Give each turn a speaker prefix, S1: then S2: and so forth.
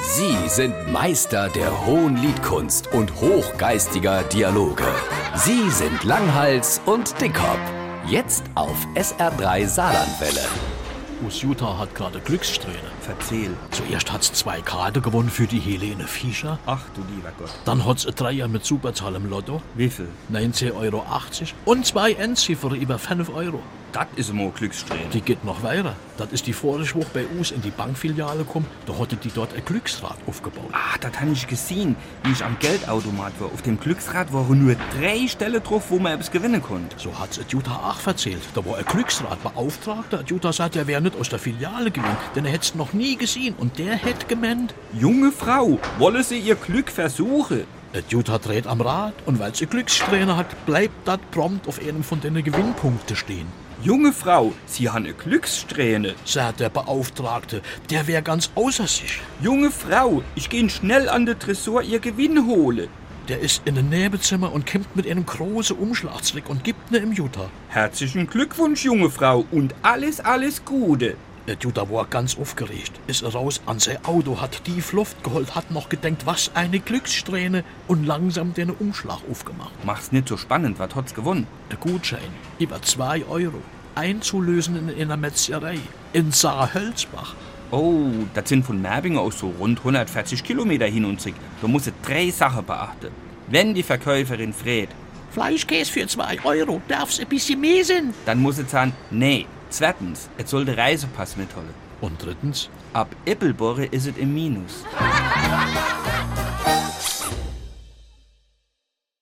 S1: Sie sind Meister der hohen Liedkunst und hochgeistiger Dialoge. Sie sind Langhals und Dickhop. Jetzt auf SR3 Saarlandwelle.
S2: Us Jutta hat gerade Glückssträhne.
S3: Verzähl.
S2: Zuerst hat's zwei Karten gewonnen für die Helene Fischer.
S3: Ach du lieber Gott.
S2: Dann hat's ein Dreier mit Superzahl im Lotto.
S3: Wie viel?
S2: 19,80 Euro. Und zwei Endziffern über 5 Euro.
S3: Das ist mal Glückssträhne.
S2: Die geht noch weiter. Das ist die vorige Woche bei uns in die Bankfiliale gekommen. Da hatte die dort ein Glücksrad aufgebaut.
S3: Ah, das habe ich gesehen, wie ich am Geldautomat war. Auf dem Glücksrad waren nur drei Stellen drauf, wo man etwas gewinnen konnte.
S2: So hat's ein Jutta auch erzählt. Da war ein Glücksrat beauftragter. Ein Jutta sagt, er wäre nicht aus der Filiale gewesen, denn er hätt's noch nie gesehen. Und der hätt gemeint,
S3: Junge Frau, wolle sie ihr Glück versuchen?
S2: Der Jutta dreht am Rad und weil sie Glücksträhne hat, bleibt das prompt auf einem von den Gewinnpunkten stehen.
S3: Junge Frau, sie haben eine Glückssträhne.
S2: Sagt der Beauftragte, der wäre ganz außer sich.
S3: Junge Frau, ich gehe schnell an den Tresor ihr Gewinn hole.
S2: Der ist in den Nebenzimmer und kämpft mit einem großen Umschlagstrick und gibt ne im Jutta.
S3: Herzlichen Glückwunsch, junge Frau, und alles, alles Gute.
S2: Der Jutta war ganz aufgeregt, ist raus an sein Auto, hat tief Luft geholt, hat noch gedenkt, was eine Glückssträhne und langsam den Umschlag aufgemacht.
S3: Mach's nicht so spannend, was hat's gewonnen?
S2: Der Gutschein, über 2 Euro, einzulösen in einer Metzgerei in Saarhölzbach.
S3: Oh, das sind von Merbingen aus so rund 140 Kilometer hin und zurück. Da musst du drei Sachen beachten. Wenn die Verkäuferin fragt,
S2: Fleischkäse für 2 Euro, darf's ein bisschen mehr sein?
S3: dann musst du sagen, nee. Zweitens, es soll der Reisepass mitholen.
S2: Und drittens,
S3: Ab Eppelborre ist es im Minus.